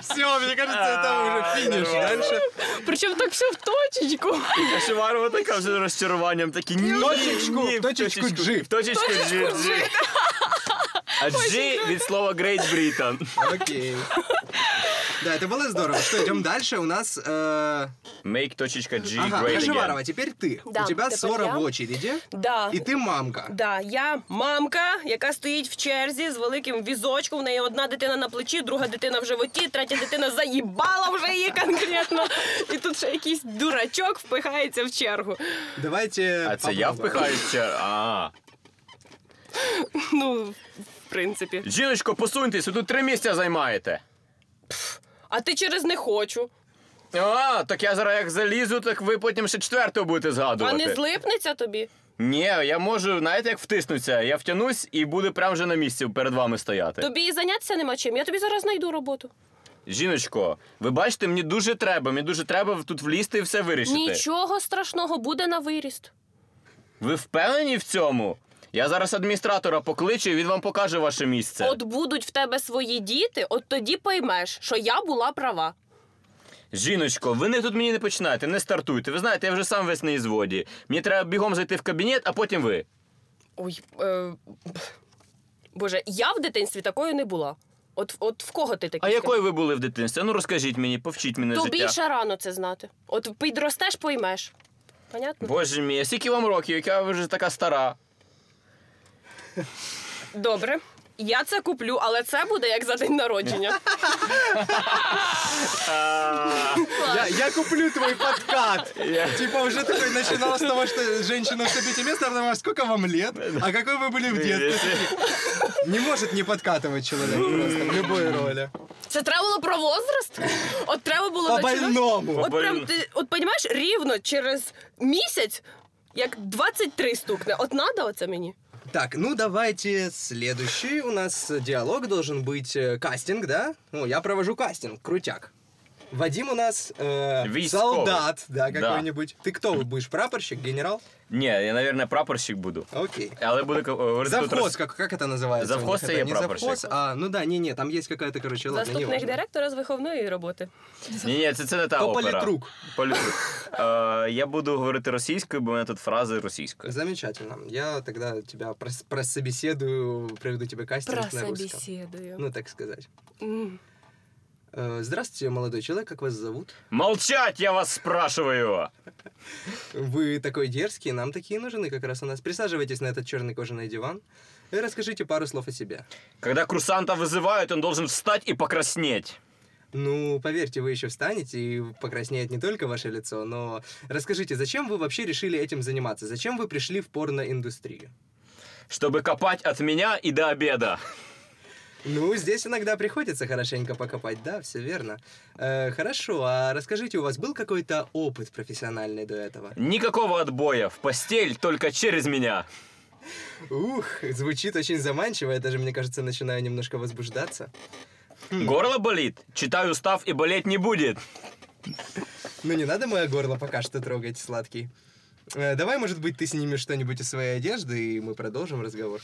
[SPEAKER 4] Все, А, мне кажется, это уже финиш.
[SPEAKER 5] А,
[SPEAKER 4] Дальше.
[SPEAKER 6] Причому так все в точечку.
[SPEAKER 3] А Шеварова така вже з розчаруванням, такі ні,
[SPEAKER 4] Точечку,
[SPEAKER 3] ні, в
[SPEAKER 4] точечку G.
[SPEAKER 3] в точечку G, G. А G від слова Great Britain.
[SPEAKER 4] Окей. Да, это было здорово. Что, идем дальше. У нас... э,
[SPEAKER 3] Make точечка G
[SPEAKER 4] Ага,
[SPEAKER 3] great
[SPEAKER 4] Кашеварова,
[SPEAKER 3] again.
[SPEAKER 4] теперь ты.
[SPEAKER 6] Да,
[SPEAKER 4] У тебя
[SPEAKER 6] теперь
[SPEAKER 4] ссора
[SPEAKER 6] я.
[SPEAKER 4] в очереди,
[SPEAKER 6] Да.
[SPEAKER 4] и ты мамка.
[SPEAKER 6] Да, я мамка, яка стоїть в черзі з великим візочком. В неї одна дитина на плечі, друга дитина в животі, третя дитина заїбала вже її конкретно. І тут ще якийсь дурачок впихається в чергу.
[SPEAKER 4] Давайте
[SPEAKER 3] А це я
[SPEAKER 4] попробуем.
[SPEAKER 3] впихаюся. А.
[SPEAKER 6] Ну, в принципі.
[SPEAKER 3] Жіночко, посуньтесь, ви тут три місця займаєте.
[SPEAKER 6] А ти через не хочу.
[SPEAKER 3] А, так я зараз як залізу, так ви потім ще четвертого будете
[SPEAKER 6] А
[SPEAKER 3] згадувати.
[SPEAKER 6] не злипнеться тобі?
[SPEAKER 3] Ні, я можу, знаєте, як втиснуться. Я втянусь і буду прямо вже на місці перед вами стояти.
[SPEAKER 6] Тобі і зайнятися нема чим. Я тобі зараз знайду роботу.
[SPEAKER 3] Жіночко, ви бачите, мені дуже треба, мені дуже треба тут влізти і все вирішити.
[SPEAKER 6] Нічого страшного, буде на виріст.
[SPEAKER 3] Ви впевнені в цьому? Я зараз адміністратора покличу і він вам покаже ваше місце.
[SPEAKER 6] От будуть в тебе свої діти, от тоді поймеш, що я була права.
[SPEAKER 3] Жіночко, ви не тут мені не починайте, не стартуйте. Ви знаєте, я вже сам весь на ізводі. Мені треба бігом зайти в кабінет, а потім ви.
[SPEAKER 6] Ой, е, боже, я в дитинстві такою не була. От, от в кого ти такий?
[SPEAKER 3] А якою ви були в дитинстві? Ну розкажіть мені, повчіть мене
[SPEAKER 6] Тобі
[SPEAKER 3] життя.
[SPEAKER 6] ще рано це знати. От підростеш, поймеш. Понятно?
[SPEAKER 3] Боже мій, а скільки вам років, яка ви вже така стара.
[SPEAKER 6] Добре. Я це куплю, але це буде як за день народження.
[SPEAKER 4] Я, я куплю твой подкат. Типа уже такой начинал с того, что женщина в тебе место, а потом, «А сколько вам лет? А какой вы были в детстве? Не может не подкатывать человек просто в любой роли.
[SPEAKER 6] Це треба було про возраст. От треба було починати.
[SPEAKER 4] По-больному.
[SPEAKER 6] От прям ти, от понімаєш, рівно через місяць, як 23 стукне. От надо оце мені.
[SPEAKER 4] Так, ну давайте следующий у нас диалог должен быть э, кастинг, да? Ну, я провожу кастинг, крутяк. Вадим у нас э,
[SPEAKER 3] Військовый.
[SPEAKER 4] солдат, да,
[SPEAKER 3] Да.
[SPEAKER 4] какой-нибудь. Ты кто будешь, прапорщик, генерал?
[SPEAKER 3] Ні, я, мабуть, прапорщик буду.
[SPEAKER 4] Окей.
[SPEAKER 3] Але буду ка- говорити тут
[SPEAKER 4] Завхоз,
[SPEAKER 3] роз-
[SPEAKER 4] как, как это называется? у них?
[SPEAKER 3] Завхоз
[SPEAKER 4] Это
[SPEAKER 3] я
[SPEAKER 4] не
[SPEAKER 3] прапорщик.
[SPEAKER 4] завхоз, а, ну да, не-не, там есть какая-то, короче, ладно, не
[SPEAKER 6] Заступник директора з виховної роботи.
[SPEAKER 3] Ні, ні, це, це не та
[SPEAKER 4] То
[SPEAKER 3] опера.
[SPEAKER 4] політрук.
[SPEAKER 3] Політрук. Е, я буду говорити російською, бо в мене тут фрази російською.
[SPEAKER 4] Замечательно. Я тогда тебя прос- прособеседую, проведу тебе кастинг на русском.
[SPEAKER 6] Прособесідую.
[SPEAKER 4] Ну, так сказать.
[SPEAKER 6] М.
[SPEAKER 4] Э, Здравствуйте, молодой человек, как вас зовут?
[SPEAKER 3] Молчать, я вас спрашиваю!
[SPEAKER 4] Вы такой дерзкий, нам такие нужны как раз у нас. Присаживайтесь на этот черный кожаный диван и расскажите пару слов о себе.
[SPEAKER 3] Когда курсанта вызывают, он должен встать и покраснеть.
[SPEAKER 4] Ну, поверьте, вы еще встанете и покраснеет не только ваше лицо, но расскажите, зачем вы вообще решили этим заниматься? Зачем вы пришли в порноиндустрию?
[SPEAKER 3] Чтобы копать от меня и до обеда.
[SPEAKER 4] Ну, здесь иногда приходится хорошенько покопать, да, все верно. Э, хорошо, а расскажите, у вас был какой-то опыт профессиональный до этого?
[SPEAKER 3] Никакого отбоя. В постель только через меня.
[SPEAKER 4] Ух, звучит очень заманчиво, я даже, мне кажется, начинаю немножко возбуждаться.
[SPEAKER 3] Горло болит? Читаю устав и болеть не будет.
[SPEAKER 4] Ну не надо мое горло пока что трогать, сладкий. Э, Давай, может быть, ты снимешь что-нибудь из своей одежды, и мы продолжим разговор.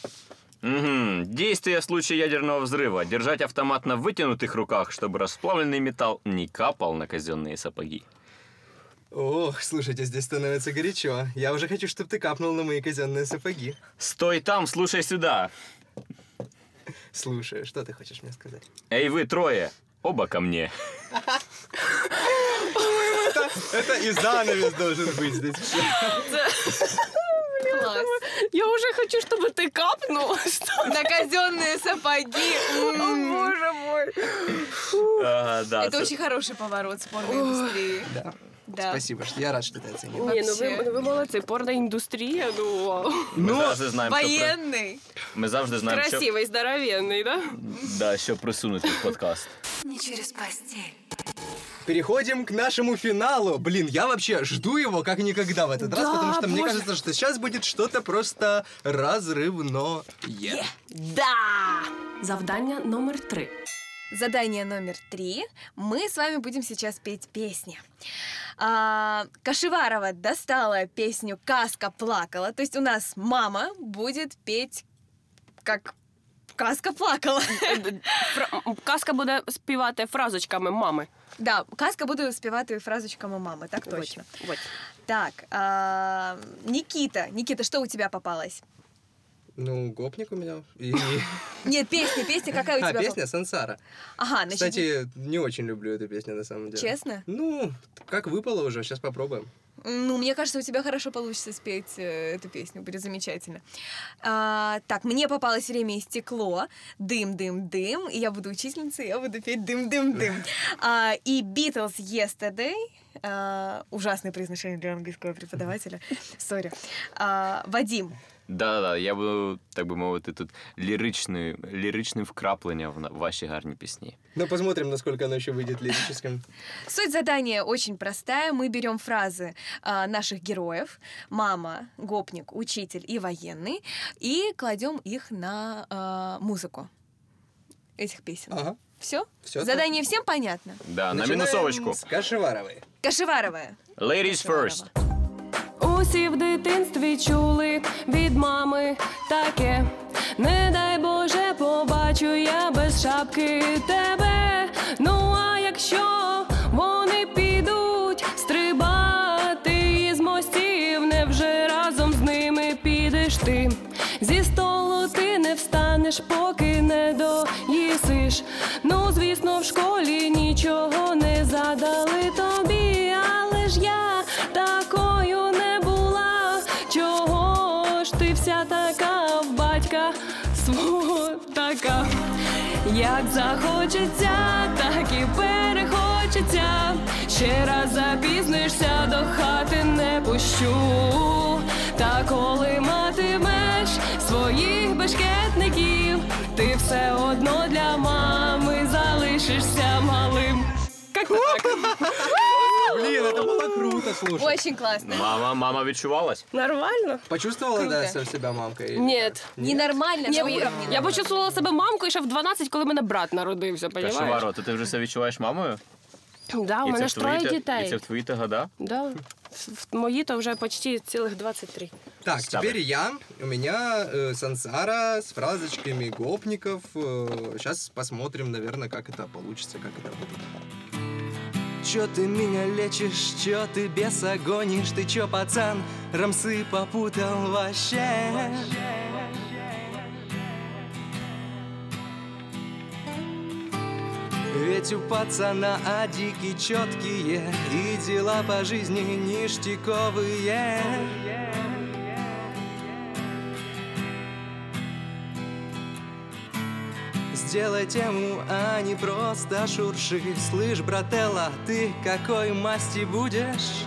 [SPEAKER 3] Угу. Действие в случае ядерного взрыва. Держать автомат на вытянутых руках, чтобы расплавленный металл не капал на казенные сапоги.
[SPEAKER 4] Ох, слушайте, здесь становится горячо. Я уже хочу, чтобы ты капнул на мои казенные сапоги.
[SPEAKER 3] Стой там, слушай сюда.
[SPEAKER 4] Слушай, что ты хочешь мне сказать?
[SPEAKER 3] Эй, вы трое, оба ко мне.
[SPEAKER 4] Это, это и занавес должен быть здесь. всё.
[SPEAKER 8] Класс.
[SPEAKER 6] Я уже хочу, чтобы ты капнул.
[SPEAKER 8] На казенные сапоги.
[SPEAKER 6] О, боже мой.
[SPEAKER 3] Ага, да,
[SPEAKER 8] Это
[SPEAKER 3] це-
[SPEAKER 8] очень хороший поворот спорной индустрии.
[SPEAKER 5] Да.
[SPEAKER 4] Спасибо, что я рад, что ты оценил.
[SPEAKER 6] Ні, ну ви,
[SPEAKER 8] Вообще.
[SPEAKER 6] ну ви молодці, порноіндустрія, ну
[SPEAKER 4] А
[SPEAKER 6] вау.
[SPEAKER 3] Ми завжди знаємо, що при-
[SPEAKER 8] Военный.
[SPEAKER 3] ми завжди знаємо, що
[SPEAKER 6] красивий, здоровенний, да?
[SPEAKER 3] да, що присунути в подкаст.
[SPEAKER 7] Не через постель.
[SPEAKER 4] Переходим к нашему финалу. Блин, я вообще жду его как никогда в этот раз, потому что мне кажется, что сейчас будет что-то просто разрывное.
[SPEAKER 6] Да! Завдання номер три.
[SPEAKER 5] Задание номер три. Мы с вами будем сейчас петь песни. А, Кашеварова достала песню «Каска плакала». То есть у нас мама будет петь как «Каска плакала».
[SPEAKER 6] Фра- Казка буде співати фразочками мами.
[SPEAKER 5] Да, «Каска» буду спевать фразочками мамы, так точно.
[SPEAKER 6] От, от.
[SPEAKER 5] Так, а, Никита, Никита, что у тебя попалось?
[SPEAKER 4] Ну, гопник у меня. И-
[SPEAKER 5] Нет, песня, песня, какая у тебя?
[SPEAKER 4] А,
[SPEAKER 5] поп-
[SPEAKER 4] песня Сансара.
[SPEAKER 5] Ага, значит,
[SPEAKER 4] Кстати, не очень люблю эту песню на самом деле.
[SPEAKER 5] честно?
[SPEAKER 4] Ну, как выпало уже, сейчас попробуем.
[SPEAKER 5] Ну, мне кажется, у тебя хорошо получится спеть э, эту песню, будет замечательно. А, так, мне попалось время и стекло, дым, дым, дым, и я буду учительницей, я буду петь дым, дым, дым. А, и Beatles Yesterday, а, ужасное произношение для английского преподавателя, сори. А, Вадим,
[SPEAKER 3] Да, да, я буду, так би мовити, тут ліричне, ліричне вкраплення в на- ваші гарні пісні.
[SPEAKER 4] Но посмотрим, насколько оно еще выйдет лирическим.
[SPEAKER 5] Суть задания очень простая. Мы берем фразы а, наших героев: мама, гопник, учитель и военный, и кладем их на а, музыку этих песен.
[SPEAKER 3] А,
[SPEAKER 4] Ага,
[SPEAKER 5] Все?
[SPEAKER 4] все.
[SPEAKER 5] Задание всем понятно?
[SPEAKER 3] Да, А на мінусовочку.
[SPEAKER 4] С Кашеваровой.
[SPEAKER 5] Кашеваровая.
[SPEAKER 3] Ladies first.
[SPEAKER 6] Усі в дитинстві чули від мами таке. Не дай Боже, побачу я без шапки тебе. Ну а якщо вони підуть стрибати із мостів, невже разом з ними підеш ти? Зі столу ти не встанеш, поки не доїсиш. Ну, звісно, в школі нічого не задали тобі, але ж я такою не була. Чого ж ти вся така в батька свого така? Як захочеться, так і перехочеться. Ще раз запізнишся, до хати не пущу. Та коли матимеш своїх бешкетників, ти все одно для мами залишишся малим. Як не так?
[SPEAKER 4] Блин, это было круто, слушай.
[SPEAKER 5] Очень классно.
[SPEAKER 3] Мама, мама відчувалась?
[SPEAKER 6] Нормально?
[SPEAKER 4] Почувствовала, да,
[SPEAKER 5] Круто.
[SPEAKER 4] себя мамкой?
[SPEAKER 6] Нет.
[SPEAKER 5] Ненормально.
[SPEAKER 6] Я,
[SPEAKER 5] на уровне.
[SPEAKER 6] я почувствувала себе мамкою ще в 12, коли мене брат народився, понімаєш?
[SPEAKER 3] Кашеваро, то ти вже все відчуваєш мамою?
[SPEAKER 6] Да, у
[SPEAKER 3] І це
[SPEAKER 6] мене
[SPEAKER 3] в
[SPEAKER 6] ж
[SPEAKER 3] твої
[SPEAKER 6] троє
[SPEAKER 3] те- І це
[SPEAKER 6] дітей.
[SPEAKER 3] в твої та года?
[SPEAKER 6] Да. В- в Мої то вже почти цілих 23.
[SPEAKER 4] Так,
[SPEAKER 3] Ставлю.
[SPEAKER 4] теперь я. У меня э, сансара с фразочками гопников. сейчас посмотрим, наверное, как это получится, как это будет. Чё ты меня лечишь, чё ты беса гонишь, ты чё, пацан, рамсы попутал вообще? Ведь у пацана адики четкие и дела по жизни ништяковые. Сделай тему, а не просто шурши Слышь, брателла, ты какой масти будешь?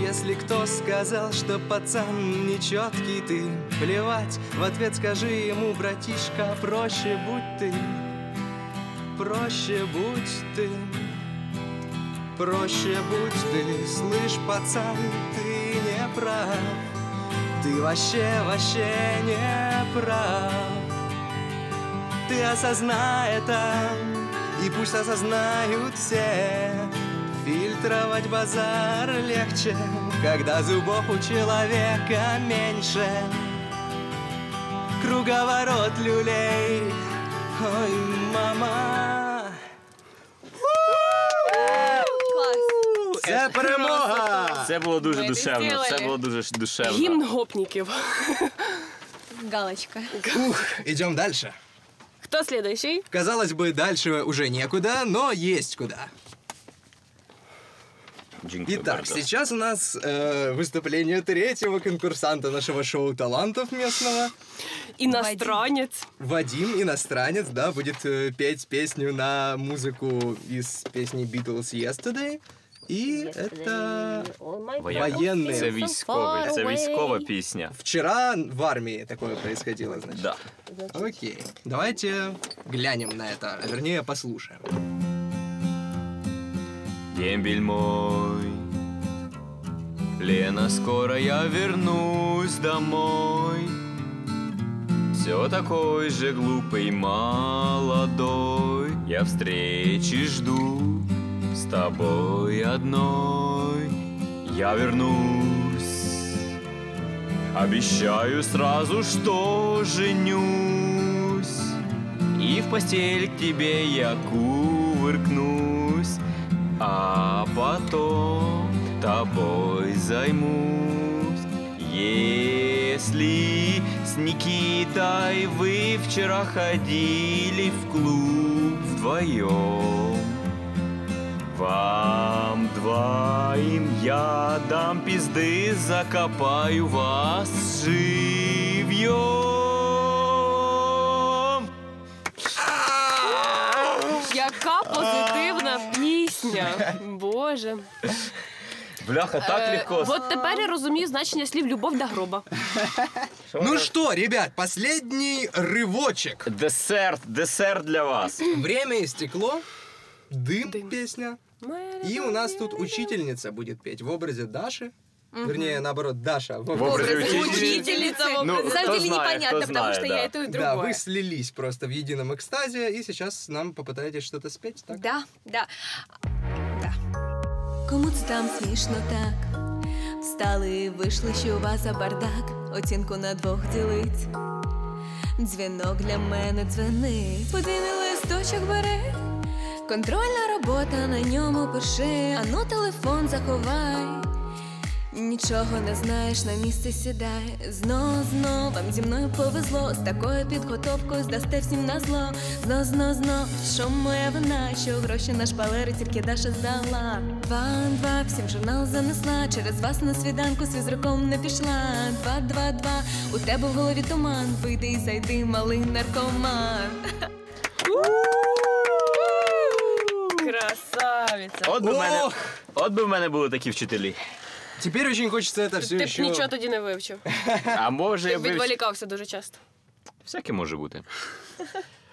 [SPEAKER 4] Если кто сказал, что пацан нечеткий ты Плевать, в ответ скажи ему, братишка, проще будь ты Проще будь ты Проще будь ты, слышь, пацан, ты не прав ты вообще, вообще не прав Ты осознай это И пусть осознают все Фильтровать базар легче Когда зубов у человека меньше Круговорот люлей Ой, мама
[SPEAKER 5] Класс.
[SPEAKER 4] Це перемога!
[SPEAKER 3] Це було дуже
[SPEAKER 8] Ми це
[SPEAKER 3] душевно. Це
[SPEAKER 8] зробили.
[SPEAKER 3] було дуже ж душевно.
[SPEAKER 6] Гімн гопніків.
[SPEAKER 5] Галочка.
[SPEAKER 4] Идем дальше.
[SPEAKER 6] Хто слідуючий?
[SPEAKER 4] Казалось бы, дальше уже некуда, но есть куда.
[SPEAKER 3] Джинкл
[SPEAKER 4] Итак, сейчас у нас э, выступление третьего конкурсанта нашего шоу талантов местного.
[SPEAKER 6] Иностранец.
[SPEAKER 4] Вадим, иностранец, да, будет э, петь песню на музыку из песни Beatles Yesterday. И это военные.
[SPEAKER 3] Це військовий, це військова пісня.
[SPEAKER 4] вчера в армии такое происходило, значит.
[SPEAKER 3] Да.
[SPEAKER 4] Окей. Давайте глянем на это, а вернее послушаем.
[SPEAKER 3] Дембель мой, Лена, скоро я вернусь домой. Все такой же глупый молодой, я встречи жду с тобой одной. Я вернусь, обещаю сразу, что женюсь. И в постель к тебе я кувыркнусь, а потом тобой займусь. Если с Никитой вы вчера ходили в клуб вдвоем, вам двоим я дам пизды, закопаю вас живьем.
[SPEAKER 6] Яка позитивна пісня. Боже.
[SPEAKER 3] Бляха, так
[SPEAKER 6] Е,
[SPEAKER 3] легко.
[SPEAKER 6] От тепер я розумію значення слів любов до гроба.
[SPEAKER 4] Ну что, ребят, последний рывочек.
[SPEAKER 3] Десерт, десерт для вас.
[SPEAKER 4] Время истекло, дым,
[SPEAKER 6] Дым.
[SPEAKER 4] песня. И у нас тут учительница будет петь в образе Даши. Вернее, наоборот, Daша. В
[SPEAKER 3] образе
[SPEAKER 4] образе
[SPEAKER 3] учительницы. Ну,
[SPEAKER 5] На
[SPEAKER 3] кто
[SPEAKER 5] самом деле
[SPEAKER 3] знает,
[SPEAKER 5] непонятно,
[SPEAKER 3] кто
[SPEAKER 5] потому
[SPEAKER 3] знает,
[SPEAKER 5] что
[SPEAKER 3] да.
[SPEAKER 5] я и то, и другое.
[SPEAKER 4] Да, вы слились просто в едином экстазе, и сейчас нам попытаетесь что-то спеть, так?
[SPEAKER 5] Да, да.
[SPEAKER 9] Комусь там смішно так. Встали і вийшли, що у вас за бардак, оцінку на двох ділить. Дзвінок для мене дзвенить, подвійний листочок бери. Контрольна робота на ньому пиши, а ну телефон заховай. Нічого не знаєш, на місце сідай. Знов, знов, вам зі мною повезло. З такою підготовкою здасте всім на зло. Знов, знов, знов, що моя вина, що гроші на шпалери тільки Даша здала. Два, два, всім журнал занесла. Через вас на свіданку з візраком не пішла. Два, два, два, у тебе в голові туман. Вийди і зайди, малий наркоман.
[SPEAKER 6] Красавиця.
[SPEAKER 3] От би, в мене,
[SPEAKER 4] Ох!
[SPEAKER 3] от би в мене були такі вчителі.
[SPEAKER 4] Теперь очень хочется это все
[SPEAKER 6] Ти б
[SPEAKER 4] еще...
[SPEAKER 6] нічого тоді не вивчив.
[SPEAKER 3] А може,
[SPEAKER 6] Ти
[SPEAKER 3] я
[SPEAKER 6] б
[SPEAKER 3] б...
[SPEAKER 6] відволікався дуже часто.
[SPEAKER 3] Всяке може бути.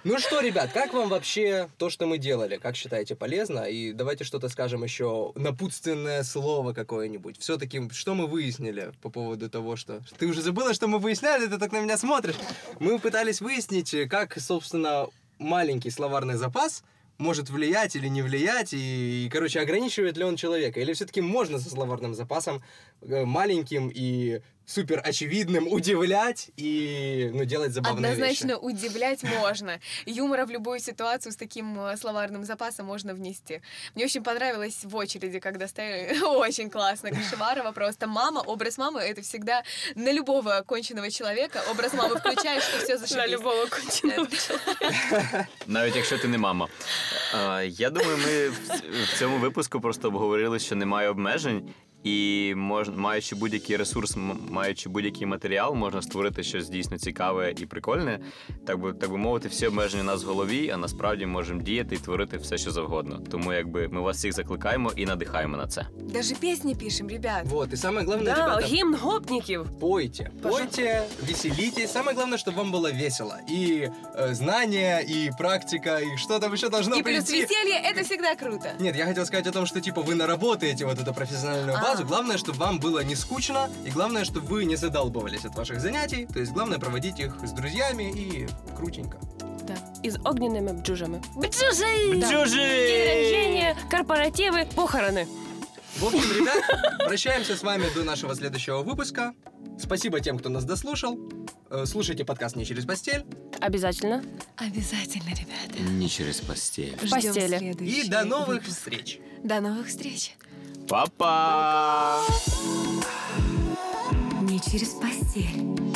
[SPEAKER 4] Ну что, ребят, как вам вообще то, что мы делали? Как считаете, полезно? И давайте что-то скажем еще, напутственное слово какое-нибудь. Все-таки, что мы выяснили по поводу того, что... Ты уже забыла, что мы выясняли, ты так на меня смотришь. Мы пытались выяснить, э, как, собственно, маленький словарный запас может влиять или не влиять, и, и, короче, ограничивает ли он человека, или все-таки можно со словарным запасом э, маленьким и супер очевидным удивлять и, ну, делать забавные вещи.
[SPEAKER 8] Однозначно удивлять можно. Юмора в любую ситуацию с таким э, словарным запасом можно внести. Мне очень понравилось в очереди, когда стояли. Очень классно. Кашеварова просто. Мама, образ мамы, это всегда на любого конченного человека. Образ мамы включаешь, что все
[SPEAKER 6] На
[SPEAKER 8] зашибись. Э,
[SPEAKER 6] любого конченого.
[SPEAKER 3] Навіть якщо ти не мама. Е, Я думаю, ми в ц- в цьому випуску просто обговорили, що немає обмежень, і мож, маючи будь-який ресурс, м- маючи будь-який матеріал, можна створити щось дійсно цікаве і прикольне. Так би так би мовити, всі обмеження у нас в голові, а насправді можемо діяти і творити все, що завгодно. Тому якби ми вас всіх закликаємо і надихаємо на це.
[SPEAKER 8] Даже песни пишем, ребят.
[SPEAKER 4] Вот, и самое главное,
[SPEAKER 6] Да,
[SPEAKER 4] ребята,
[SPEAKER 6] гімн гопників.
[SPEAKER 4] пойте, пойте, веселитесь. Самое главное, чтобы вам было весело. И э, знания, и практика, и что там еще
[SPEAKER 6] Ну,
[SPEAKER 4] должно
[SPEAKER 8] И плюс
[SPEAKER 4] прийти.
[SPEAKER 8] веселье — это всегда круто.
[SPEAKER 4] Нет, я хотел сказать о том, что типа вы наработаете вот эту профессиональную
[SPEAKER 8] А.
[SPEAKER 4] базу. Главное, чтобы вам было не скучно, и главное, чтобы вы не задолбывались от ваших занятий. То есть главное проводить их с друзьями и крутенько.
[SPEAKER 6] Із огненими бджужами. День
[SPEAKER 3] Бджужи!
[SPEAKER 6] рождения, корпоративи, похорони.
[SPEAKER 4] В общем, ребят, прощаемся с вами до нашего следующего выпуска. Спасибо тем, кто нас дослушал. Э, Слушайте подкаст не через постель.
[SPEAKER 6] Обязательно.
[SPEAKER 9] Обязательно, ребята.
[SPEAKER 3] Не через постель.
[SPEAKER 6] В постелі.
[SPEAKER 4] И до новых встреч.
[SPEAKER 9] До новых встреч.
[SPEAKER 3] Па-па!
[SPEAKER 7] Не через постель.